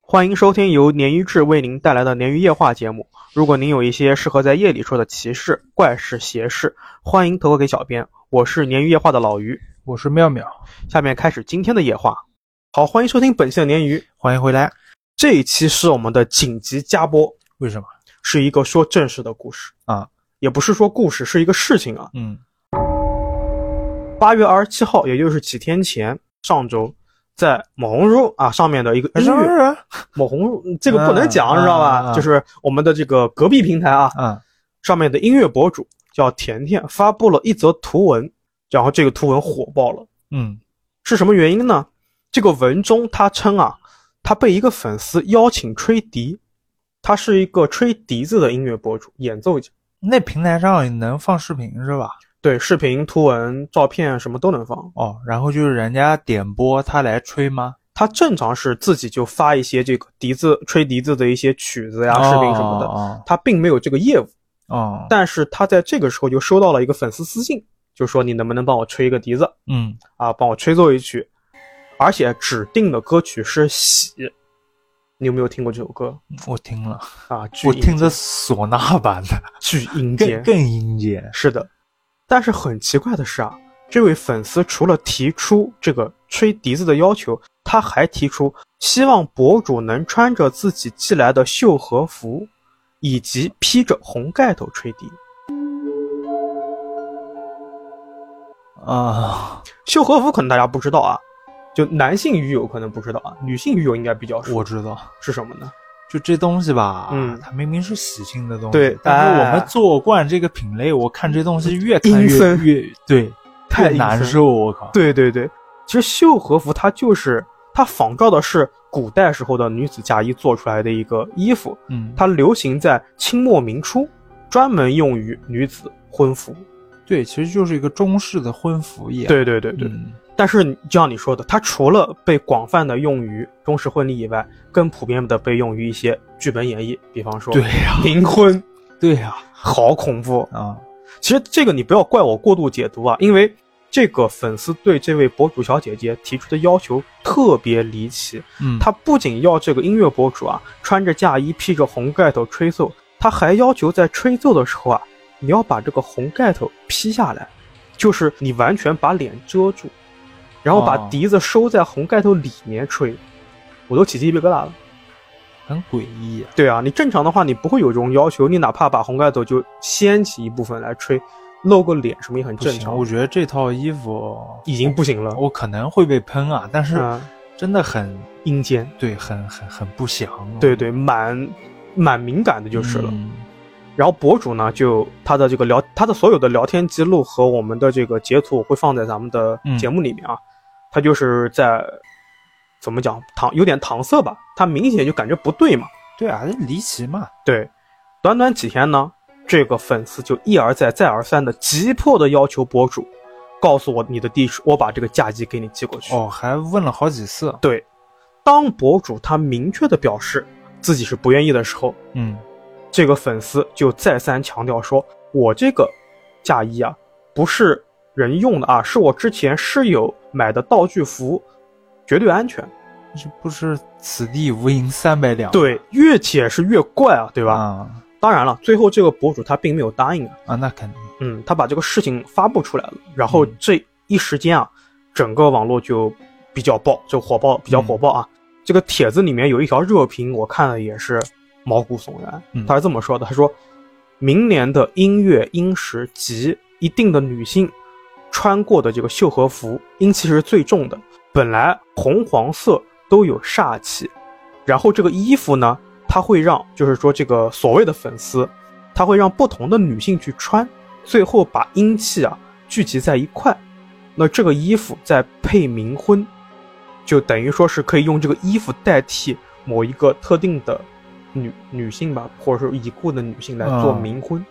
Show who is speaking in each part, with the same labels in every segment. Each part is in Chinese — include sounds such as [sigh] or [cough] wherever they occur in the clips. Speaker 1: 欢迎收听由鲶鱼志为您带来的鲶鱼夜话节目。如果您有一些适合在夜里说的奇事、怪事、邪事，欢迎投稿给小编。我是鲶鱼夜话的老于，
Speaker 2: 我是妙妙，
Speaker 1: 下面开始今天的夜话。好，欢迎收听本期的鲶鱼。
Speaker 2: 欢迎回来。
Speaker 1: 这一期是我们的紧急加播，
Speaker 2: 为什么？
Speaker 1: 是一个说正事的故事
Speaker 2: 啊，
Speaker 1: 也不是说故事，是一个事情啊。
Speaker 2: 嗯
Speaker 1: 八月二十七号，也就是几天前，上周在某红书啊上面的一个
Speaker 2: 哎
Speaker 1: 音乐某红这个不能讲，
Speaker 2: 嗯
Speaker 1: 知道吧？
Speaker 2: 嗯嗯嗯
Speaker 1: 就是我们的这个隔壁平台啊，
Speaker 2: 啊，
Speaker 1: 上面的音乐博主叫甜甜，发布了一则图文，然后这个图文火爆了，
Speaker 2: 嗯
Speaker 1: 是什么原因呢？这个文中他称啊，他被一个粉丝邀请吹笛，他是一个吹笛子的音乐博主，演奏家，
Speaker 2: 那平台上能放视频是吧？
Speaker 1: 对，视频、图文、照片什么都能放。
Speaker 2: 哦，然后就是人家点播他来吹吗？
Speaker 1: 他正常是自己就发一些这个笛子吹笛子的一些曲子呀、视频什么的，
Speaker 2: 哦
Speaker 1: 他并没有这个业务。
Speaker 2: 哦哦，
Speaker 1: 但是他在这个时候就收到了一个粉丝私信，就说你能不能帮我吹一个笛子
Speaker 2: 嗯
Speaker 1: 啊，帮我吹奏一曲，而且指定的歌曲是《喜》，你有没有听过这首歌
Speaker 2: 我听了，
Speaker 1: 啊？巨
Speaker 2: 我
Speaker 1: 音
Speaker 2: 听着唢呐版的，
Speaker 1: 巨音
Speaker 2: 更
Speaker 1: 阶，
Speaker 2: 更音阶。
Speaker 1: 是的。但是很奇怪的是啊，这位粉丝除了提出这个吹笛子的要求，他还提出希望博主能穿着自己寄来的绣和服，以及披着红盖头吹笛。
Speaker 2: 啊，
Speaker 1: 绣和服可能大家不知道啊，就男性鱼友可能不知道啊，女性鱼友应该比较熟。
Speaker 2: [laughs] 我知道，
Speaker 1: 是什么呢？
Speaker 2: 就这东西吧，
Speaker 1: 嗯
Speaker 2: 它明明是喜庆的东西，
Speaker 1: 对
Speaker 2: 但是
Speaker 1: 哎
Speaker 2: 我们做惯这个品类，我看这东西越看
Speaker 1: 阴
Speaker 2: 越
Speaker 1: 森
Speaker 2: 越对，
Speaker 1: 太
Speaker 2: 越
Speaker 1: 阴
Speaker 2: 难
Speaker 1: 森
Speaker 2: 受，我靠，
Speaker 1: 对对对，其实绣和服它就是它仿照的是古代时候的女子嫁衣做出来的一个衣服，
Speaker 2: 嗯，
Speaker 1: 它流行在清末明初，专门用于女子婚服。
Speaker 2: 对，其实就是一个中式的婚服业，
Speaker 1: 对对对对，
Speaker 2: 嗯
Speaker 1: 但是你就像你说的，它除了被广泛的用于中式婚礼以外，更普遍的被用于一些剧本演绎，比方说
Speaker 2: 对呀、
Speaker 1: 冥婚，
Speaker 2: 对呀、
Speaker 1: 好恐怖。
Speaker 2: 啊，
Speaker 1: 其实这个你不要怪我过度解读啊，因为这个粉丝对这位博主小姐姐提出的要求特别离奇。
Speaker 2: 嗯，
Speaker 1: 她不仅要这个音乐博主啊穿着嫁衣披着红盖头吹奏，她还要求在吹奏的时候啊，你要把这个红盖头披下来，就是你完全把脸遮住，然后把
Speaker 2: 哦
Speaker 1: 笛子收在红盖头里面吹，我都起鸡皮疙瘩了。
Speaker 2: 很诡异、啊，
Speaker 1: 对啊，你正常的话你不会有这种要求，你哪怕把红盖头就掀起一部分来吹，露个脸什么也很
Speaker 2: 不
Speaker 1: 正
Speaker 2: 行，
Speaker 1: 常。
Speaker 2: 我觉得这套衣服
Speaker 1: 已经不行了，
Speaker 2: 我可能会被喷啊，但是
Speaker 1: 嗯
Speaker 2: 真的很
Speaker 1: 阴间，
Speaker 2: 对，很很很不祥，啊
Speaker 1: 对，对，蛮蛮敏感的就是了。
Speaker 2: 嗯
Speaker 1: 然后博主呢，就他的这个聊，他的所有的聊天记录和我们的这个截图，我会放在咱们的
Speaker 2: 嗯
Speaker 1: 节目里面啊。他就是在怎么讲搪有点搪塞吧，他明显就感觉不对嘛。
Speaker 2: 对啊，这离奇嘛，
Speaker 1: 对，短短几天呢，这个粉丝就一而再、再而三的急迫的要求博主告诉我你的地址，我把这个嫁衣给你寄过去。
Speaker 2: 哦，还问了好几次，
Speaker 1: 对，当博主他明确的表示自己是不愿意的时候，
Speaker 2: 嗯，
Speaker 1: 这个粉丝就再三强调说：“我这个嫁衣啊，不是人用的啊，是我之前室友买的道具服，绝对安全。
Speaker 2: 这不是此地无银三百两，”
Speaker 1: 对，越解释越怪啊，对吧？
Speaker 2: 啊
Speaker 1: 当然了，最后这个博主他并没有答应啊，
Speaker 2: 啊，那肯定，
Speaker 1: 嗯，他把这个事情发布出来了，然后
Speaker 2: 嗯
Speaker 1: 这一时间啊，整个网络就比较爆，就火爆，比较
Speaker 2: 嗯
Speaker 1: 火爆啊。这个帖子里面有一条热评，我看了也是毛骨悚然
Speaker 2: 嗯。
Speaker 1: 他是这么说的：“他说，明年的音乐音时及一定的女性穿过的这个绣和服，阴气是最重的。本来红黄色都有煞气，然后这个衣服呢，它会让就是说这个所谓的粉丝，它会让不同的女性去穿，最后把阴气啊聚集在一块。那这个衣服再配冥婚，就等于说是可以用这个衣服代替某一个特定的女女性吧，或者是已故的女性来做
Speaker 2: 嗯
Speaker 1: 冥婚。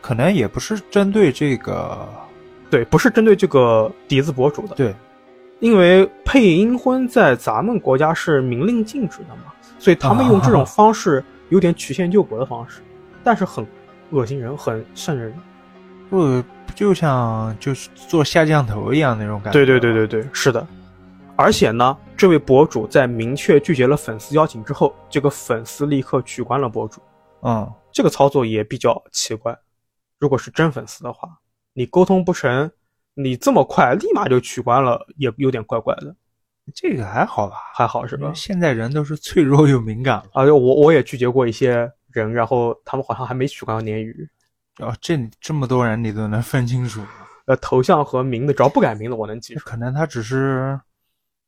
Speaker 2: 可能也不是针对这个，
Speaker 1: 对，不是针对这个笛子博主的，
Speaker 2: 对，
Speaker 1: 因为配阴婚在咱们国家是明令禁止的嘛，所以他们用这种方式有点曲线救国的方式，但是很恶心人，很瘆人。
Speaker 2: 不就像就是做下降头一样那种感觉，啊
Speaker 1: 对对对，对对，是的。而且呢，这位博主在明确拒绝了粉丝邀请之后，这个粉丝立刻取关了博主。
Speaker 2: 嗯，
Speaker 1: 这个操作也比较奇怪。如果是真粉丝的话，你沟通不成，你这么快立马就取关了，也有点怪怪的。
Speaker 2: 这个还好吧？
Speaker 1: 还好是吧？
Speaker 2: 现在人都是脆弱又敏感了。
Speaker 1: 而且啊我我也拒绝过一些人，然后他们好像还没取关过鲶鱼。
Speaker 2: 哦，这这么多人你都能分清楚，
Speaker 1: 呃，头像和名字，只要不改名字，我能记
Speaker 2: 这
Speaker 1: 住。
Speaker 2: 可能他只是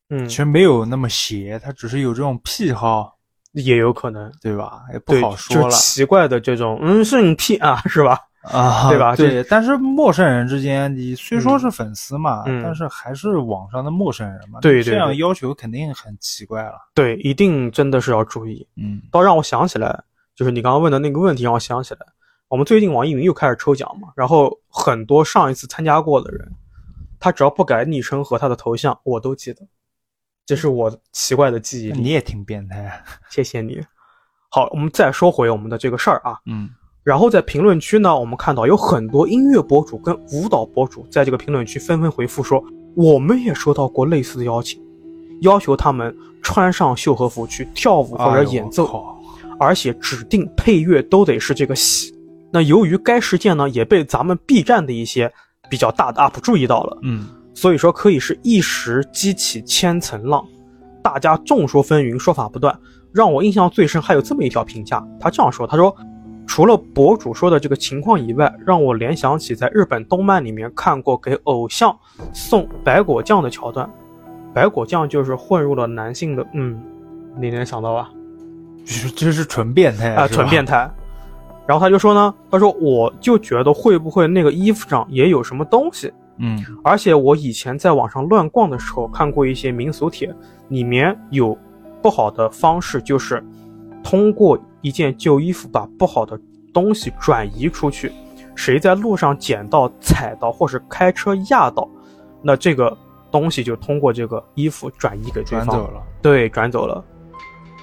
Speaker 1: 嗯
Speaker 2: 其，实没有那么邪，他只是有这种癖好，
Speaker 1: 也有可能。
Speaker 2: 对吧？也不
Speaker 1: 对，
Speaker 2: 好说
Speaker 1: 就
Speaker 2: 了
Speaker 1: 奇怪的这种，嗯，是你屁啊，是吧？
Speaker 2: 啊， [laughs]
Speaker 1: 对吧
Speaker 2: 对，但是陌生人之间，你虽说是粉丝嘛，
Speaker 1: 嗯
Speaker 2: 但是还是网上的陌生人嘛，
Speaker 1: 对对
Speaker 2: 这样
Speaker 1: 对
Speaker 2: 要求肯定很奇怪了。
Speaker 1: 对，一定真的是要注意。
Speaker 2: 嗯
Speaker 1: 倒让我想起来，就是你刚刚问的那个问题，让我想起来，我们最近网易云又开始抽奖嘛，然后很多上一次参加过的人，他只要不改昵称和他的头像，我都记得，这是我奇怪的记忆
Speaker 2: 那
Speaker 1: 力。
Speaker 2: 你也挺变态。啊
Speaker 1: 谢谢你。好，我们再说回我们的这个事儿啊，
Speaker 2: 嗯
Speaker 1: 然后在评论区呢，我们看到有很多音乐博主跟舞蹈博主在这个评论区纷纷回复说，我们也收到过类似的邀请，要求他们穿上秀禾服去跳舞或者
Speaker 2: 哎呦
Speaker 1: 演奏。
Speaker 2: 我靠
Speaker 1: 而且指定配乐都得是这个戏。那由于该事件呢也被咱们 B 站的一些比较大的 UP 注意到了，
Speaker 2: 嗯，
Speaker 1: 所以说可以是一时激起千层浪，大家众说纷纭，说法不断。让我印象最深还有这么一条评价，他这样说：“他说，除了博主说的这个情况以外，让我联想起在日本动漫里面看过给偶像送白果酱的桥段，白果酱就是混入了男性的，嗯，你能想到吧？
Speaker 2: 这是这是纯变态
Speaker 1: 啊、
Speaker 2: 哎是吧
Speaker 1: 纯变态。然后他就说呢，他说我就觉得会不会那个衣服上也有什么东西？
Speaker 2: 嗯
Speaker 1: 而且我以前在网上乱逛的时候看过一些民俗帖，里面有不好的方式，就是通过一件旧衣服把不好的东西转移出去。谁在路上捡到、踩到或是开车压到，那这个东西就通过这个衣服转移给对
Speaker 2: 转
Speaker 1: 方。
Speaker 2: 走了。
Speaker 1: 对，转走了。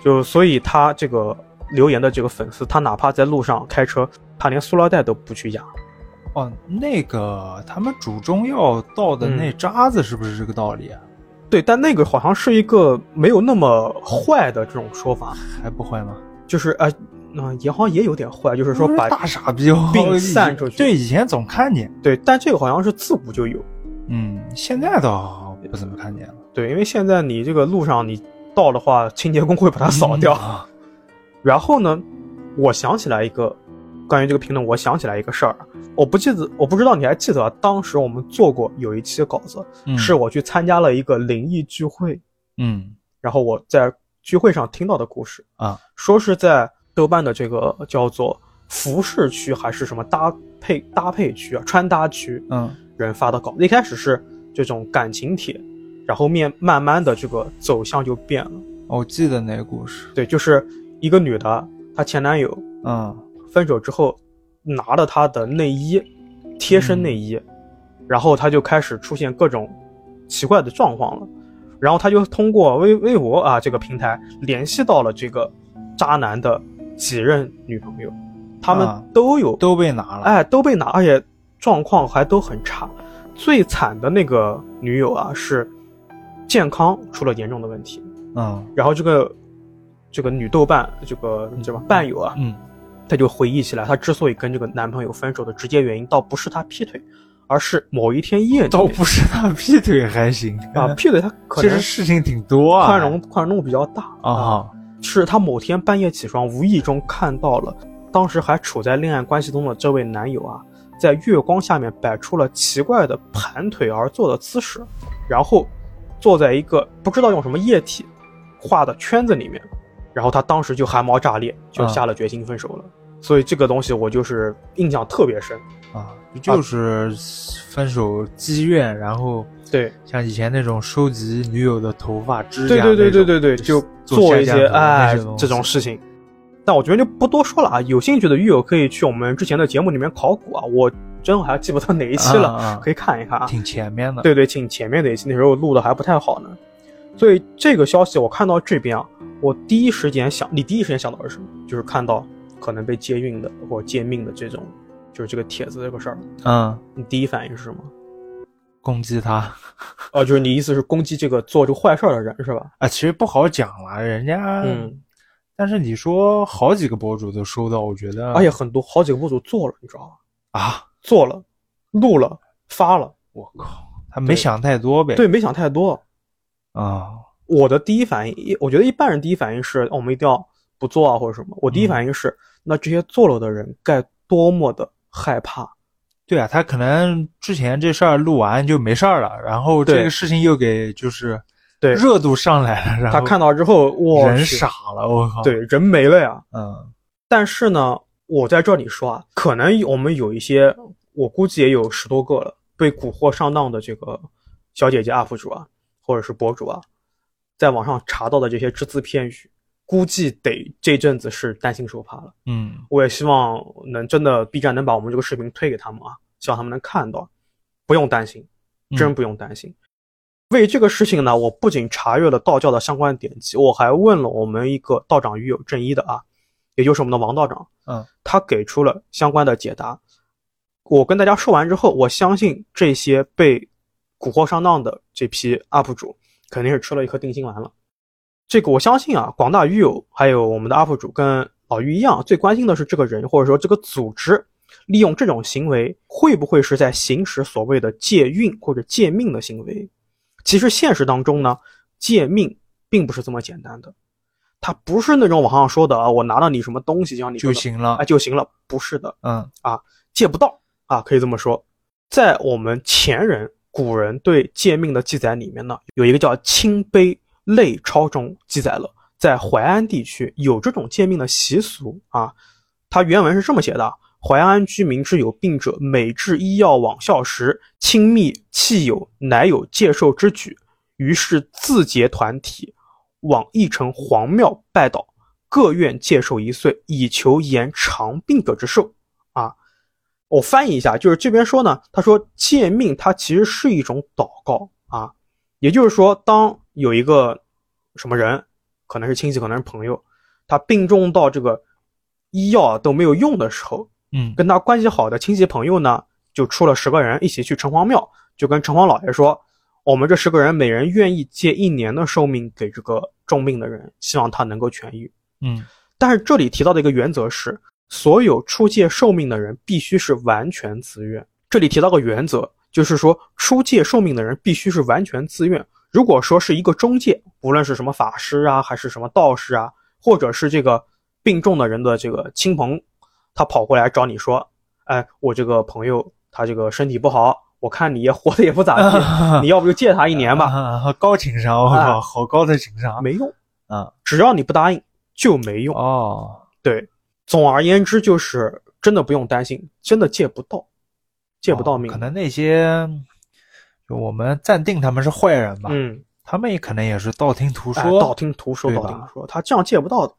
Speaker 1: 就所以他这个留言的这个粉丝，他哪怕在路上开车，他连塑料袋都不去压。
Speaker 2: 哦，那个他们煮中药倒的那
Speaker 1: 嗯
Speaker 2: 渣子是不是这个道理啊？
Speaker 1: 对，但那个好像是一个没有那么坏的这种说法，
Speaker 2: 还不会吗？
Speaker 1: 就是呃，嗯、也好像也有点坏，就是说
Speaker 2: 不是
Speaker 1: 把
Speaker 2: 大傻逼哦
Speaker 1: 病
Speaker 2: 以前
Speaker 1: 散出去
Speaker 2: 对，以前总看见，
Speaker 1: 对，但这个好像是自古就有，
Speaker 2: 嗯，现在倒不怎么看见了。
Speaker 1: 对，因为现在你这个路上你到的话，清洁工会把它扫掉。
Speaker 2: 嗯
Speaker 1: 然后呢，我想起来一个关于这个评论，我想起来一个事儿，啊我不记得，我不知道你还记得啊，当时我们做过有一期稿子，
Speaker 2: 嗯
Speaker 1: 是我去参加了一个灵异聚会，
Speaker 2: 嗯
Speaker 1: 然后我在聚会上听到的故事，
Speaker 2: 啊
Speaker 1: 说是在豆瓣的这个叫做服饰区还是什么搭配搭配区啊穿搭区
Speaker 2: 嗯
Speaker 1: 人发的稿，一开始是这种感情帖，然后面慢慢的这个走向就变了，
Speaker 2: 我记得那个故事。
Speaker 1: 对，就是一个女的，她前男友
Speaker 2: 嗯
Speaker 1: 分手之后拿了她的内衣，贴身内衣，然后她就开始出现各种奇怪的状况了。然后她就通过微微博啊这个平台联系到了这个渣男的几任女朋友，他们
Speaker 2: 啊
Speaker 1: 都有、
Speaker 2: 都被拿了。
Speaker 1: 哎都被拿，而且状况还都很差。最惨的那个女友啊是健康出了严重的问题，
Speaker 2: 嗯
Speaker 1: 然后这个这个女豆瓣这个这吧伴友啊，
Speaker 2: 嗯
Speaker 1: 她就回忆起来，她之所以跟这个男朋友分手的直接原因，倒不是她劈腿，而是某一天夜里
Speaker 2: 倒不是他劈腿还
Speaker 1: [laughs]
Speaker 2: 行
Speaker 1: 啊，劈腿她可
Speaker 2: 其实
Speaker 1: 能
Speaker 2: 事情挺多啊。
Speaker 1: 宽容宽容度比较大
Speaker 2: 啊，哈，
Speaker 1: 是她某天半夜起床，无意中看到了当时还处在恋爱关系中的这位男友啊，在月光下面摆出了奇怪的盘腿而坐的姿势，然后坐在一个不知道用什么液体画的圈子里面，然后她当时就汗毛炸裂，就
Speaker 2: 啊
Speaker 1: 下了决心分手了。所以这个东西我就是印象特别深，
Speaker 2: 啊，就是分手积怨，然后
Speaker 1: 对，
Speaker 2: 像以前那种收集女友的头发、指甲
Speaker 1: 对
Speaker 2: 那
Speaker 1: 对对
Speaker 2: 种，
Speaker 1: 对对对，就做一
Speaker 2: 下降
Speaker 1: 些
Speaker 2: 头那
Speaker 1: 哎
Speaker 2: 些东西嗯
Speaker 1: 这种事情。但我觉得就不多说了啊，有兴趣的鱼友可以去我们之前的节目里面考古啊，我真还记不得哪一期了，
Speaker 2: 啊啊
Speaker 1: [laughs] 可以看一看啊。
Speaker 2: 挺前面的。
Speaker 1: 对对，请前面的一期那时候录的还不太好呢，所以这个消息我看到这边啊，我第一时间想，你第一时间想到的是什么？就是看到可能被接运的或者接命的这种，就是这个帖子这个事儿，
Speaker 2: 嗯，
Speaker 1: 你第一反应是什么？
Speaker 2: 攻击他。
Speaker 1: 哦，就是你意思是攻击这个做这个坏事儿的人是吧？
Speaker 2: 啊，其实不好讲了，人家，
Speaker 1: 嗯，
Speaker 2: 但是你说好几个博主都收到，我觉得，
Speaker 1: 嗯而且很多好几个博主做了，你知道吗？
Speaker 2: 啊，
Speaker 1: 做了，录了，发了，
Speaker 2: 我靠，他没想太多呗，
Speaker 1: 对，没想太多。
Speaker 2: 啊，
Speaker 1: 我的第一反应，我觉得一般人第一反应是、哦我们一定要不做啊或者什么。我
Speaker 2: 嗯
Speaker 1: 第一反应是，那这些做了的人该多么的害怕。
Speaker 2: 对啊，他可能之前这事儿录完就没事儿了，然后
Speaker 1: 对
Speaker 2: 这个事情又给就是
Speaker 1: 对
Speaker 2: 热度上来了，然后
Speaker 1: 他看到之后，哇，
Speaker 2: 人
Speaker 1: 去
Speaker 2: 傻了，我靠，
Speaker 1: 对，人没了呀。
Speaker 2: 嗯
Speaker 1: 但是呢，我在这里说啊，可能我们有一些，我估计也有十多个了，被蛊惑上当的这个小姐姐 UP 主啊，或者是博主啊，在网上查到的这些只字片语，估计得这阵子是担惊受怕了。
Speaker 2: 嗯
Speaker 1: 我也希望能真的 B 站能把我们这个视频推给他们啊，希望他们能看到，不用担心，真不用担心。为这个事情呢，我不仅查阅了道教的相关典籍，我还问了我们一个道长与有正一的啊，也就是我们的王道长，
Speaker 2: 嗯，
Speaker 1: 他给出了相关的解答。我跟大家说完之后，我相信这些被蛊惑上当的这批 UP 主，肯定是吃了一颗定心丸了。这个我相信啊，广大鱼友还有我们的 UP 主跟老于一样，最关心的是这个人或者说这个组织利用这种行为会不会是在行使所谓的借运或者借命的行为。其实现实当中呢，借命并不是这么简单的，它不是那种网上说的啊，我拿到你什么东西就让你
Speaker 2: 就
Speaker 1: 说的
Speaker 2: 行了
Speaker 1: 啊，就行了，不是的，
Speaker 2: 嗯
Speaker 1: 借不到啊，可以这么说。在我们前人古人对借命的记载里面呢，有一个叫《清碑类钞》中记载了，在淮安地区有这种借命的习俗啊。它原文是这么写的啊：淮安居民之有病者，每至医药往效时，亲密弃友，乃有借寿之举，于是自结团体，往一城隍庙拜祷，各愿借寿一岁，以求延长病者之寿。啊，我翻译一下，就是这边说呢，他说借命它其实是一种祷告啊，也就是说，当有一个什么人，可能是亲戚，可能是朋友，他病重到这个医药啊都没有用的时候，
Speaker 2: 嗯
Speaker 1: 跟他关系好的亲戚朋友呢，就出了十个人一起去城隍庙，就跟城隍老爷说，我们这十个人每人愿意借一年的寿命给这个重病的人，希望他能够痊愈。
Speaker 2: 嗯
Speaker 1: 但是这里提到的一个原则是，所有出借寿命的人必须是完全自愿。这里提到个原则，就是说出借寿命的人必须是完全自愿。如果说是一个中介，无论是什么法师啊，还是什么道士啊，或者是这个病重的人的这个亲朋，他跑过来找你说：“哎，我这个朋友他这个身体不好，我看你也活得也不咋
Speaker 2: [laughs]
Speaker 1: 地，啊你要不就借他一年吧。
Speaker 2: 啊，高情商，我靠，
Speaker 1: 啊
Speaker 2: 好高的情”商
Speaker 1: 没用，
Speaker 2: 啊！
Speaker 1: 只要你不答应就没用。
Speaker 2: 哦，
Speaker 1: 对，总而言之就是真的不用担心，真的借不到，借不到
Speaker 2: 哦
Speaker 1: 命。
Speaker 2: 可能那些就我们暂定他们是坏人吧，
Speaker 1: 嗯，
Speaker 2: 他们也可能也是道听途
Speaker 1: 哎
Speaker 2: 说，
Speaker 1: 道听途说，
Speaker 2: 对
Speaker 1: 道
Speaker 2: 吧
Speaker 1: 听途说，他这样借不到的。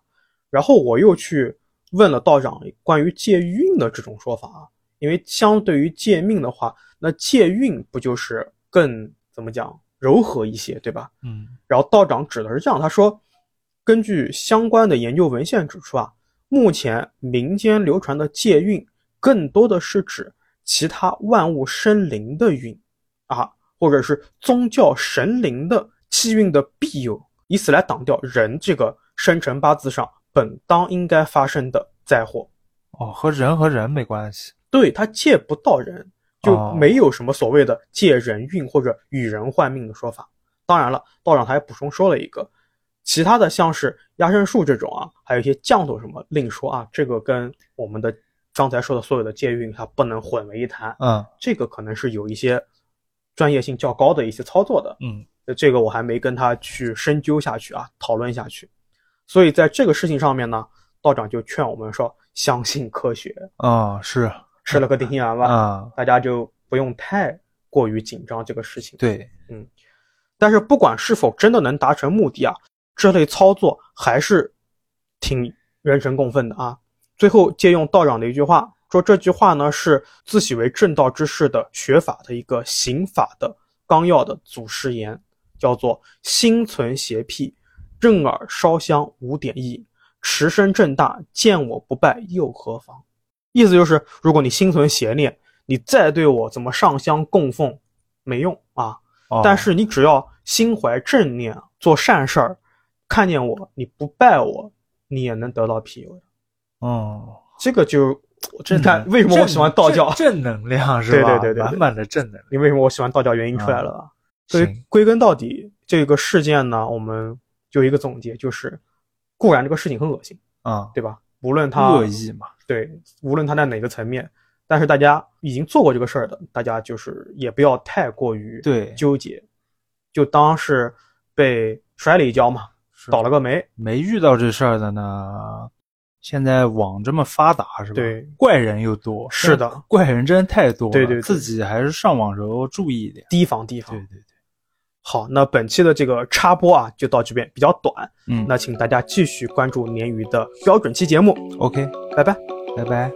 Speaker 1: 然后我又去问了道长关于借运的这种说法啊，因为相对于借命的话，那借运不就是更怎么讲柔和一些，对吧？
Speaker 2: 嗯
Speaker 1: 然后道长指的是这样，他说，根据相关的研究文献指出啊，目前民间流传的借运，更多的是指其他万物生灵的运，啊，或者是宗教神灵的气运的庇佑，以此来挡掉人这个生辰八字上本当应该发生的灾祸。
Speaker 2: 哦，和人和人没关系，
Speaker 1: 对他借不到人，就
Speaker 2: 哦
Speaker 1: 没有什么所谓的借人运或者与人换命的说法。当然了，道长他还补充说了一个，其他的像是压身术这种啊，还有一些降头什么另说啊，这个跟我们的刚才说的所有的借运它不能混为一谈，
Speaker 2: 嗯
Speaker 1: 这个可能是有一些专业性较高的一些操作的。
Speaker 2: 嗯
Speaker 1: 呃这个我还没跟他去深究下去啊，讨论下去。所以在这个事情上面呢，道长就劝我们说，相信科学，
Speaker 2: 啊是
Speaker 1: 吃了个定心丸吧。
Speaker 2: 啊
Speaker 1: 大家就不用太过于紧张这个事情。，
Speaker 2: 对，
Speaker 1: 但是不管是否真的能达成目的啊，这类操作还是挺人神共愤的啊。最后借用道长的一句话，说这句话呢是自诩为正道之士的学法的一个刑法的纲要的祖师言，叫做“心存邪僻，任尔烧香无点意，持身正大，见我不拜又何妨”。意思就是，如果你心存邪念，你再对我怎么上香供奉，没用啊。
Speaker 2: 哦
Speaker 1: 但是你只要心怀正念，做善事儿，看见我，你不拜我，你也能得到庇佑。
Speaker 2: 嗯，
Speaker 1: 这个就
Speaker 2: 正
Speaker 1: 你看
Speaker 2: 能
Speaker 1: 为什么我喜欢道教
Speaker 2: 正正能量是吧？
Speaker 1: 对对对对对
Speaker 2: 满满的正能量。
Speaker 1: 你为什么我喜欢道教原因出来了
Speaker 2: 嗯
Speaker 1: 吧？所以
Speaker 2: 行
Speaker 1: 归根到底，这个事件呢，我们就一个总结，就是固然这个事情很恶心，
Speaker 2: 啊，
Speaker 1: 对吧？无论它
Speaker 2: 恶意嘛，
Speaker 1: 对，无论它在哪个层面，但是大家已经做过这个事儿的，大家就是也不要太过于
Speaker 2: 对，
Speaker 1: 纠结，就当是被摔了一跤嘛，
Speaker 2: 是
Speaker 1: 倒了个霉，
Speaker 2: 没遇到这事儿的呢。现在网这么发达是吧？
Speaker 1: 对，
Speaker 2: 怪人又多，
Speaker 1: 是的，
Speaker 2: 怪人真的太多了。
Speaker 1: 对对对
Speaker 2: 自己还是上网时候注意一点。
Speaker 1: 提防提
Speaker 2: 对
Speaker 1: 防。
Speaker 2: 对对，
Speaker 1: 好，那本期的这个插播啊，就到这边，比较短，
Speaker 2: 嗯，
Speaker 1: 那请大家继续关注鲶鱼的标准期节目，
Speaker 2: 嗯 OK，
Speaker 1: 拜拜。
Speaker 2: 拜拜。